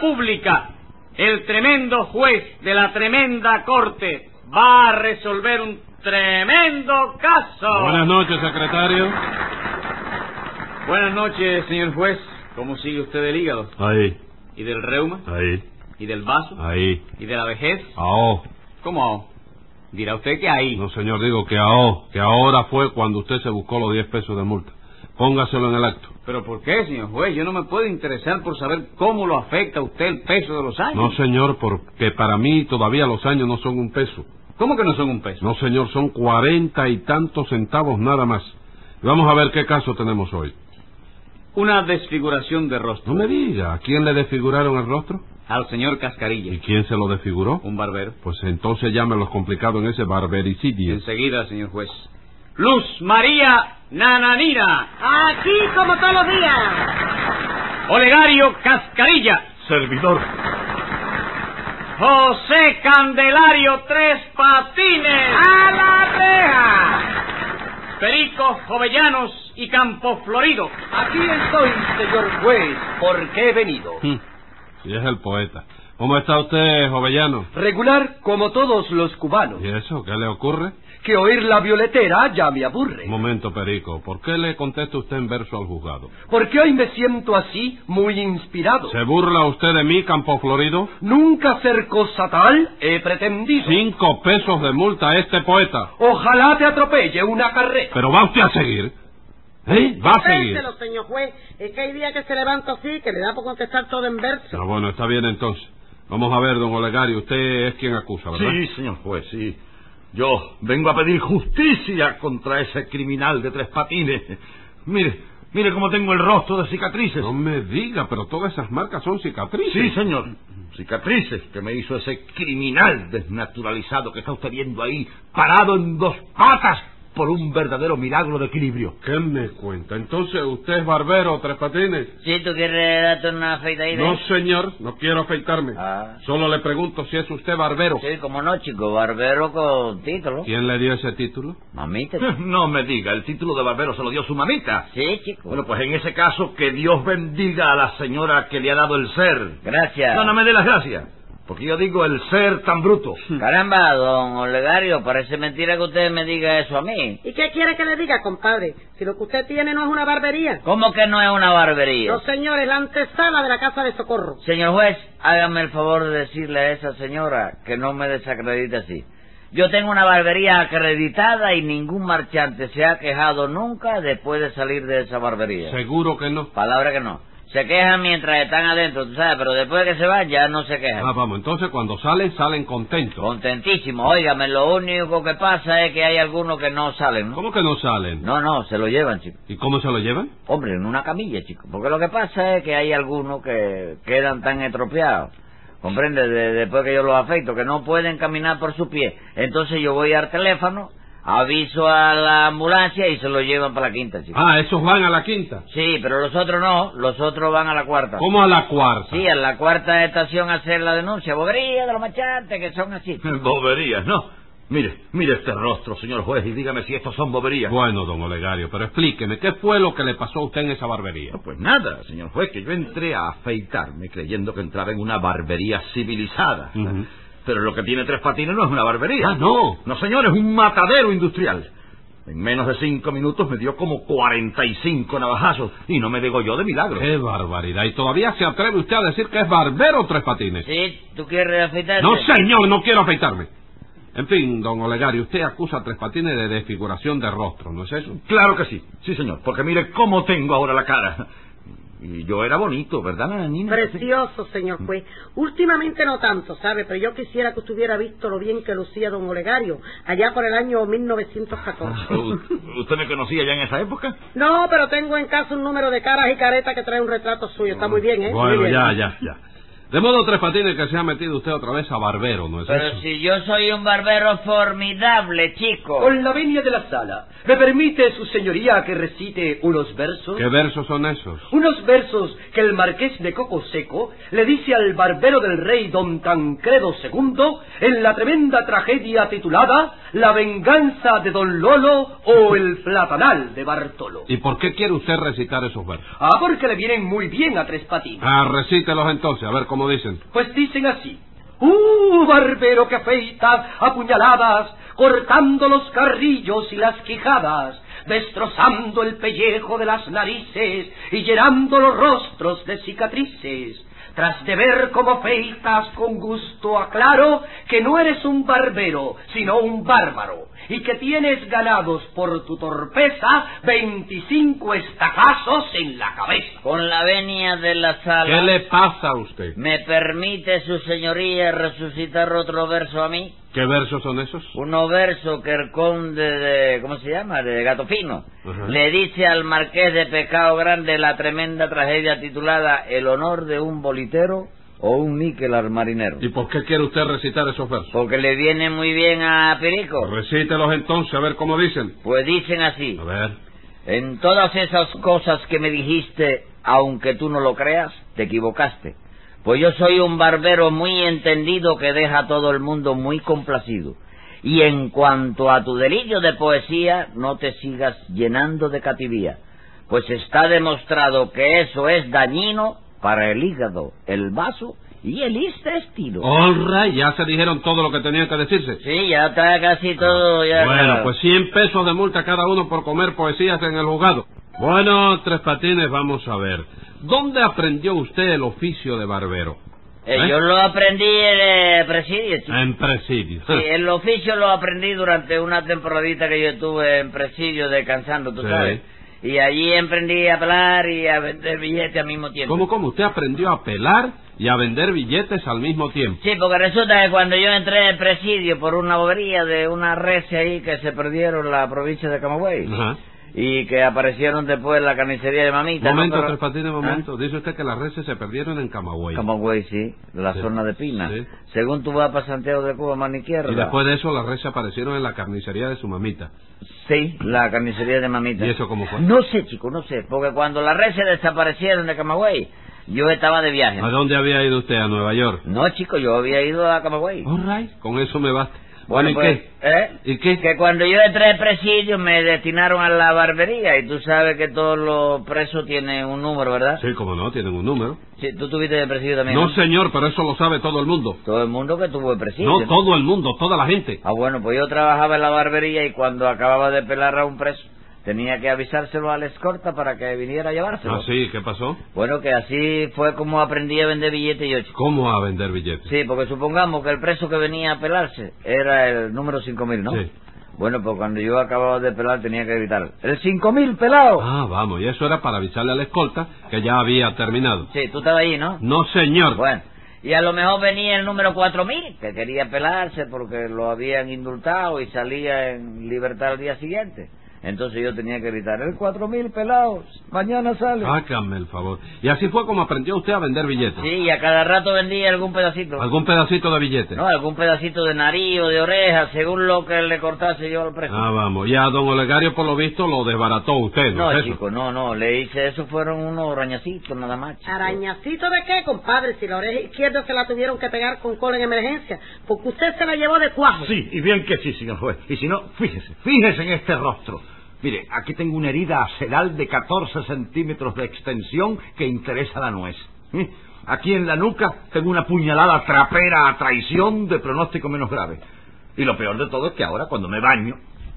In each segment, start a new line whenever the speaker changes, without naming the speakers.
pública, el tremendo juez de la tremenda corte va a resolver un tremendo caso.
Buenas noches, secretario.
Buenas noches, señor juez. ¿Cómo sigue usted del hígado?
Ahí,
¿Y del reuma?
ahí,
¿Y del vaso?
ahí.
¿Y de la vejez?
Ahó.
¿Cómo? Dirá usted que ahí.
No, señor, digo que ahó, que ahora fue cuando usted se buscó los 10 pesos de multa. Póngaselo en el acto.
¿Pero por qué, señor juez? Yo no me puedo interesar por saber cómo lo afecta a usted el peso de los
No,
años.
señor, porque para mí todavía los años no son un peso.
¿Cómo que no son un peso?
No, señor, son cuarenta y tantos centavos nada más. Vamos a ver qué caso tenemos hoy.
Una desfiguración de
No
rostro.
me diga, ¿a quién le desfiguraron el rostro?
Al señor Cascarilla,
¿Y quién se lo desfiguró?
un barbero.
Pues entonces llámelo complicado en ese barbericidio.
Enseguida, señor juez. Luz María Nananina.
Aquí como todos los días.
Olegario Cascarilla.
Servidor.
José Candelario Tres Patines.
¡A la reja!
Perico Jovellanos y Campo Florido.
Aquí estoy, señor juez, porque he venido.
Hmm. Y es el poeta. ¿Cómo está usted, Jovellano?
Regular como todos los cubanos,
¿Y eso? ¿Qué le ocurre?
que oír la violetera ya me aburre.
Un momento, Perico. ¿Por qué le contesta usted en verso al juzgado?
Porque hoy me siento así, muy inspirado.
¿Se burla usted de mí, Campo Florido?
Nunca hacer cosa tal he pretendido.
Cinco pesos de multa a este poeta.
Ojalá te atropelle una carreta.
Pero va usted a seguir. ¿Eh? Va a seguir.
Pénselo, señor juez. Es que hay días que se levanta así, que le da por contestar todo en verso.
Ah, bueno, está bien entonces. Vamos a ver, don Olegario, usted es quien acusa, ¿verdad?
Sí, señor juez, sí. Yo vengo a pedir justicia contra ese criminal de tres patines. Mire, mire cómo tengo el rostro de cicatrices.
No me diga, pero todas esas marcas son cicatrices.
Sí, señor. Cicatrices que me hizo ese criminal desnaturalizado que está usted viendo ahí, parado en dos patas por un verdadero milagro de equilibrio.
¿Qué me cuenta? Entonces, ¿usted es barbero, tres patines?
Si tú quieres darte una afeitadita.
No, señor, no quiero afeitarme.
Ah.
Solo le pregunto si es usted barbero.
Sí, como no, chico, barbero con título.
¿Quién le dio ese título?
Mamita.
No me diga, el título de barbero se lo dio su mamita.
Sí, chico.
Bueno, pues en ese caso, que Dios bendiga a la señora que le ha dado el ser.
Gracias.
No, no me dé las gracias, porque yo digo el ser tan bruto.
Caramba, don Olegario, parece mentira que usted me diga eso a mí.
¿Y qué quiere que le diga, compadre? Si lo que usted tiene no es una barbería.
¿Cómo que no es una barbería?
No, señor, es la antesala de la casa de socorro.
Señor juez, hágame el favor de decirle a esa señora que no me desacredite así. Yo tengo una barbería acreditada y ningún marchante se ha quejado nunca después de salir de esa barbería.
Seguro que no.
Palabra que no. Se quejan mientras están adentro, tú sabes, pero después de que se van ya no se quejan.
Ah, vamos, entonces cuando salen, salen contentos.
Contentísimo, óigame, lo único que pasa es que hay algunos que no salen, ¿no?
¿Cómo que no salen?
No, no, se lo llevan, chico.
¿Y cómo se lo llevan?
Hombre, en una camilla, chico. Porque lo que pasa es que hay algunos que quedan tan estropeados, comprende, De- después que yo los afeito, que no pueden caminar por su pie. Entonces yo voy al teléfono, aviso a la ambulancia y se lo llevan para la quinta, chico.
Ah, esos van a la quinta.
Sí, pero los otros no, los otros van a la cuarta.
¿Cómo a la cuarta?
Sí, en la cuarta estación hacer la denuncia. Bobería de los machantes que son así.
Boberías, no. Mire, mire este rostro, señor juez, y dígame si estos son boberías.
Bueno, don Olegario, pero explíqueme, ¿qué fue lo que le pasó a usted en esa barbería?
No, pues nada, señor juez, que yo entré a afeitarme creyendo que entraba en una barbería civilizada.
Ujú.
Pero lo que tiene tres patines no es una barbería.
Ah, no.
No, señor, es un matadero industrial. En menos de cinco minutos me dio como 45 navajazos y no me degolló de milagro.
¡Qué barbaridad! Y todavía se atreve usted a decir que es barbero tres patines.
Sí, ¿tú quieres afeitarte?
No, señor, no quiero afeitarme. En fin, don Olegario, usted acusa a tres patines de desfiguración de rostro, ¿no es eso?
Claro que sí, sí, señor, porque mire cómo tengo ahora la cara. Y yo era bonito, ¿verdad, Nananina?
Precioso, señor juez.
Mm.
Últimamente no tanto, ¿sabe? Pero yo quisiera que usted hubiera visto lo bien que lucía don Olegario allá por el año 1914.
U- ¿Usted me conocía ya en esa época?
No, pero tengo en casa un número de caras y caretas que trae un retrato suyo. Está muy bien, ¿eh?
Oh. Bueno,
Muy bien.
ya, ya, ya. De modo, tres patines que se ha metido usted otra vez a barbero, ¿no es
Pero
eso?
si yo soy un barbero formidable, chico.
Con la venia de la sala, ¿me permite su señoría que recite unos versos?
¿Qué versos son esos?
Unos versos que el marqués de Coco Seco le dice al barbero del rey don Tancredo II en la tremenda tragedia titulada La venganza de don Lolo o el platanal de Bartolo.
¿Y por qué quiere usted recitar esos versos?
Ah, porque le vienen muy bien a Tres Patines.
Ah, recítelos entonces, a ver cómo como dicen?
Pues dicen así. ¡Uh, barbero que afeitas apuñaladas, cortando los carrillos y las quijadas, destrozando el pellejo de las narices y llenando los rostros de cicatrices! Tras de ver cómo afeitas con gusto aclaro que no eres un barbero, sino un bárbaro, y que tienes ganados por tu torpeza 25 estacazos en la cabeza.
Con la venia de la
¿Qué
sala,
le pasa a usted?
¿me permite su señoría resucitar otro verso a mí?
¿Qué versos son esos?
Uno verso que el conde de, ¿cómo se llama? De Gatofino.
Ajá.
Le dice al marqués de Pecado Grande la tremenda tragedia titulada El honor de un bolitero o un níquel al marinero.
¿Y por qué quiere usted recitar esos versos?
Porque le viene muy bien a Perico.
Recítelos entonces, a ver cómo dicen.
Pues dicen así.
A ver.
En todas esas cosas que me dijiste, aunque tú no lo creas, te equivocaste. Pues yo soy un barbero muy entendido que deja a todo el mundo muy complacido. Y en cuanto a tu delirio de poesía, no te sigas llenando de cativía, pues está demostrado que eso es dañino para el hígado, el vaso y el intestino.
All right, ya se dijeron todo lo que tenían que decirse.
Sí, ya está casi todo. Ya
Bueno, pues 100 pesos de multa cada uno por comer poesías en el juzgado. Bueno, Tres Patines, vamos a ver. ¿Dónde aprendió usted el oficio de barbero?
Eh,
¿Eh?
Yo lo aprendí en eh, presidio, chico.
En presidio.
Sí, el oficio lo aprendí durante una temporadita que yo estuve en presidio descansando, tú
Sí.
sabes. Y allí emprendí a hablar y a vender billetes al mismo tiempo.
¿Cómo, cómo? Usted aprendió a pelar y a vender billetes al mismo tiempo.
Sí, porque resulta que cuando yo entré en presidio por una bobería de una res ahí que se perdieron en la provincia de Camagüey
Ajá.
y que aparecieron después en la carnicería de mamita. ¿no?
Momento,
Pero-
Tres Patines,
¿Ah?
momento. Dice usted que las reses se perdieron en Camagüey.
Camagüey, sí, la
Sí.
zona de Pina.
Sí.
Según tú vas para Santiago de Cuba, mano izquierda.
Y después de eso las reses aparecieron en la carnicería de su mamita.
Sí, la carnicería de mamita.
¿Y eso cómo fue?
No sé, chico, no sé, porque cuando las reses desaparecieron de Camagüey, yo estaba de viaje.
¿A dónde había ido usted? ¿A Nueva York?
No, chico, yo había ido a Camagüey.
All right. Con eso me basta.
Bueno,
Ah, ¿y
pues,
qué?
¿eh?
¿Y qué?
Que cuando yo entré al presidio me destinaron a la barbería y tú sabes que todos los presos tienen un número, ¿verdad?
Sí, como no, tienen un número.
Sí, tú tuviste de presidio también.
No, señor, pero eso lo sabe todo el mundo.
Todo el mundo que tuvo el presidio.
no todo el mundo, toda la gente.
Ah, bueno, pues yo trabajaba en la barbería y cuando acababa de pelar a un preso, tenía que avisárselo a la escorta para que viniera a llevárselo.
Ah, sí, ¿qué pasó?
Bueno, que así fue como aprendí a vender billetes yo, chico.
¿Cómo a vender billetes?
Sí, porque supongamos que el preso que venía a pelarse era el número 5000, ¿no?
Sí.
Bueno, pues cuando yo acababa de pelar tenía que gritar, ¡El 5000, pelado!
Ah, vamos, y eso era para avisarle a la escolta que ya había terminado.
Sí, tú estabas ahí, ¿no?
No, señor.
Bueno, y a lo mejor venía el número 4000, que quería pelarse porque lo habían indultado y salía en libertad al día siguiente. Entonces yo tenía que gritar, ¡El 4000, pelado! Mañana sale.
Hágame el favor. Y así fue como aprendió usted a vender billetes.
Sí, y a cada rato vendía algún pedacito.
¿Algún pedacito de billete?
No, algún pedacito de nariz o de oreja, según lo que le cortase yo al preso.
Ah, vamos. Y a don Olegario, por lo visto, lo desbarató usted, ¿no, es Ah,
no,
pues eso?
chico, no, no, le hice eso, fueron unos rañacitos nada más. chico.
¿Arañacito de qué, compadre? Si la oreja izquierda se la tuvieron que pegar con cola en emergencia, porque usted se la llevó de cuajo.
Sí, y bien que sí, señor juez. Y si no, fíjese, fíjese en este rostro. Mire, aquí tengo una herida acedal de 14 centímetros de extensión que interesa la nuez. ¿Eh? Aquí en la nuca tengo una puñalada trapera a traición de pronóstico menos grave. Y lo peor de todo es que ahora cuando me baño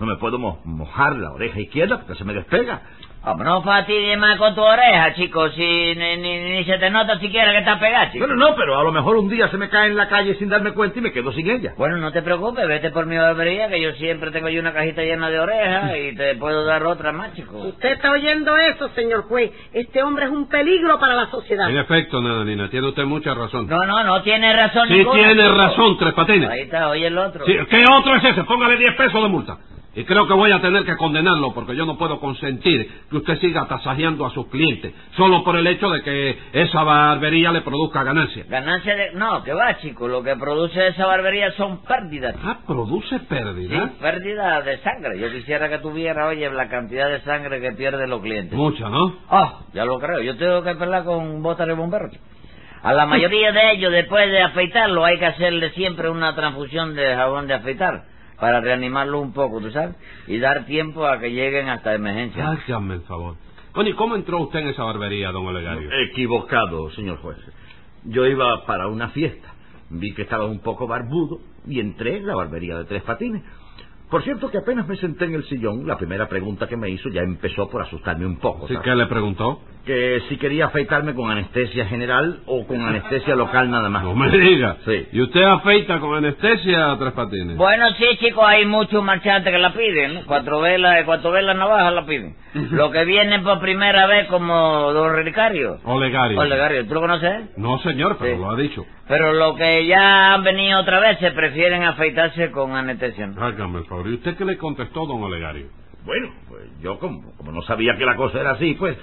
no me puedo mo- mojar la oreja izquierda porque se me despega.
Hombre, no fastidie más con tu oreja, chico, si ni, ni- ni se te nota siquiera que está pegada, chico.
Bueno, no, pero a lo mejor un día se me cae en la calle sin darme cuenta y me quedo sin ella.
Bueno, no te preocupes, vete por mi barbería, que yo siempre tengo yo una cajita llena de orejas y te puedo dar otra más, chico.
¿Usted está oyendo eso, señor juez? Este hombre es un peligro para la sociedad.
En efecto, Nananina, tiene usted mucha razón.
Ah. No, no, no tiene razón
sí
ninguna,
tiene
chico.
razón, Tres Patines.
Ahí está, oye el otro.
Sí, ¿Qué otro es ese? Póngale 10 pesos de multa. Y creo que voy a tener que condenarlo porque yo no puedo consentir que usted siga tasajeando a sus clientes solo por el hecho de que esa barbería le produzca ganancia.
Ganancia de... No, que va, chico, lo que produce esa barbería son pérdidas, chico.
Ah, produce
Sí,
pérdida.
pérdida de sangre. Yo quisiera que tuviera, oye, la cantidad de sangre que pierden los clientes.
Mucha, ¿no?
Ah, ya lo creo. Yo tengo que pelar con botas de bombero. chico. A la mayoría de ellos, después de afeitarlo, hay que hacerle siempre una transfusión de jabón de afeitar para reanimarlo un poco, ¿tú sabes? Y dar tiempo a que lleguen hasta emergencia.
Hágame el favor. Bueno, ¿y cómo entró usted en esa barbería, don Olegario?
Equivocado, señor juez. Yo iba para una fiesta. Vi que estaba un poco barbudo y entré en la barbería de Tres Patines. Por cierto que apenas me senté en el sillón, la primera pregunta que me hizo ya empezó por asustarme un poco.
¿Sí
¿sabes?
que le preguntó?
Que si quería afeitarme con anestesia general o con anestesia local nada más.
No me diga.
Sí.
¿Y usted afeita con anestesia a tres patines?
Bueno, sí, chicos, hay muchos marchantes que la piden, ¿no? Cuatro velas, eh, cuatro velas navajas la piden. Lo que vienen por primera vez como don Ricario.
Olegario.
Olegario, ¿tú lo conoces?
No, señor, pero
Sí.
lo ha dicho.
Pero lo que ya han venido otra vez se prefieren afeitarse con anestesia. ¿no?
Hágame el favor. ¿Y usted qué le contestó, don Olegario?
Bueno, pues yo como, como no sabía que la cosa era así, pues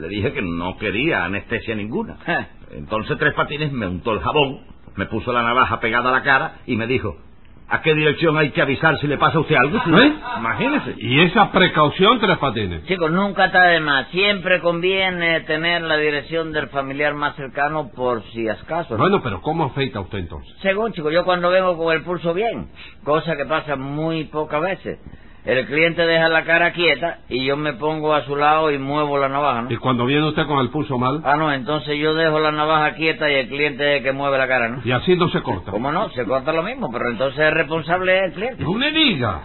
le dije que no quería anestesia ninguna.
Ja.
Entonces Tres Patines me untó el jabón, me puso la navaja pegada a la cara y me dijo, ¿a qué dirección hay que avisar si le pasa a usted algo?
¿Eh?
Imagínese.
¿Y esa precaución, tres patines?
Chicos, nunca está de más. Siempre conviene tener la dirección del familiar más cercano por si acaso. ¿no?
Bueno, pero ¿cómo afeita usted entonces?
Según, chicos, yo cuando vengo con el pulso bien, cosa que pasa muy pocas veces. El cliente deja la cara quieta y yo me pongo a su lado y muevo la navaja, ¿no?
¿Y cuando viene usted con el pulso mal?
Ah, no, entonces yo dejo la navaja quieta y el cliente es el que mueve la cara, ¿no?
Y así no se corta.
¿Cómo no? Se corta lo mismo, pero entonces el responsable es el cliente.
No me diga.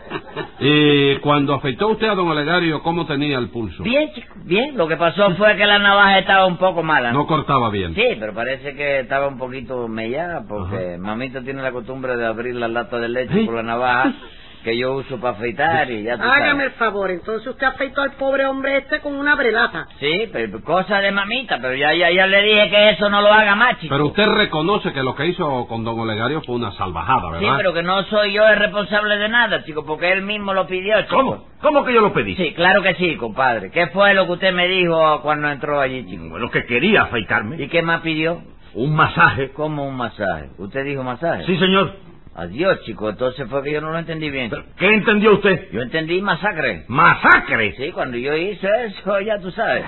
¿Y Eh, cuando afeitó usted a don Olegario, cómo tenía el pulso?
Bien, chico, bien. Lo que pasó fue que la navaja estaba un poco mala.
No cortaba bien.
Sí, pero parece que estaba un poquito mellada porque mamita tiene la costumbre de abrir la lata de leche
¿Eh?
con la navaja que yo uso para afeitar y ya tú sabes.
Hágame el favor, entonces usted afeitó al pobre hombre este con una brelata.
Sí, pero cosa de mamita, pero ya, ya, ya le dije que eso no lo haga más, chico.
Pero usted reconoce que lo que hizo con don Olegario fue una salvajada, ¿verdad?
Sí, pero que no soy yo el responsable de nada, chico, porque él mismo lo pidió, chico.
¿Cómo? ¿Cómo que yo lo pedí?
Sí, claro que sí, compadre. ¿Qué fue lo que usted me dijo cuando entró allí, chico?
Bueno, que quería afeitarme.
¿Y qué más pidió?
Un masaje.
Como un masaje. ¿Usted dijo masaje?
Sí, señor.
Adiós, chico. Entonces fue que yo no lo entendí bien.
Pero, ¿Qué entendió usted?
Yo entendí masacre.
¡Masacre!
Sí, cuando yo hice eso, ya tú sabes.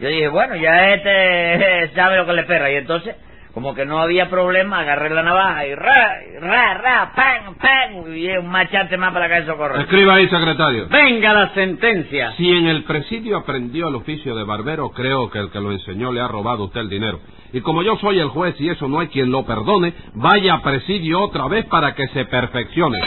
Yo dije, bueno, ya este sabe lo que le espera. Y entonces, como que no había problema, agarré la navaja y ra, ra, ra, pan, pan. Y un machante más para la calle socorro.
Escriba ahí, secretario.
Venga la sentencia.
Si en el presidio aprendió el oficio de barbero, creo que el que lo enseñó le ha robado a usted el dinero. Y como yo soy el juez y eso no hay quien lo perdone, vaya a presidio otra vez para que se perfeccione.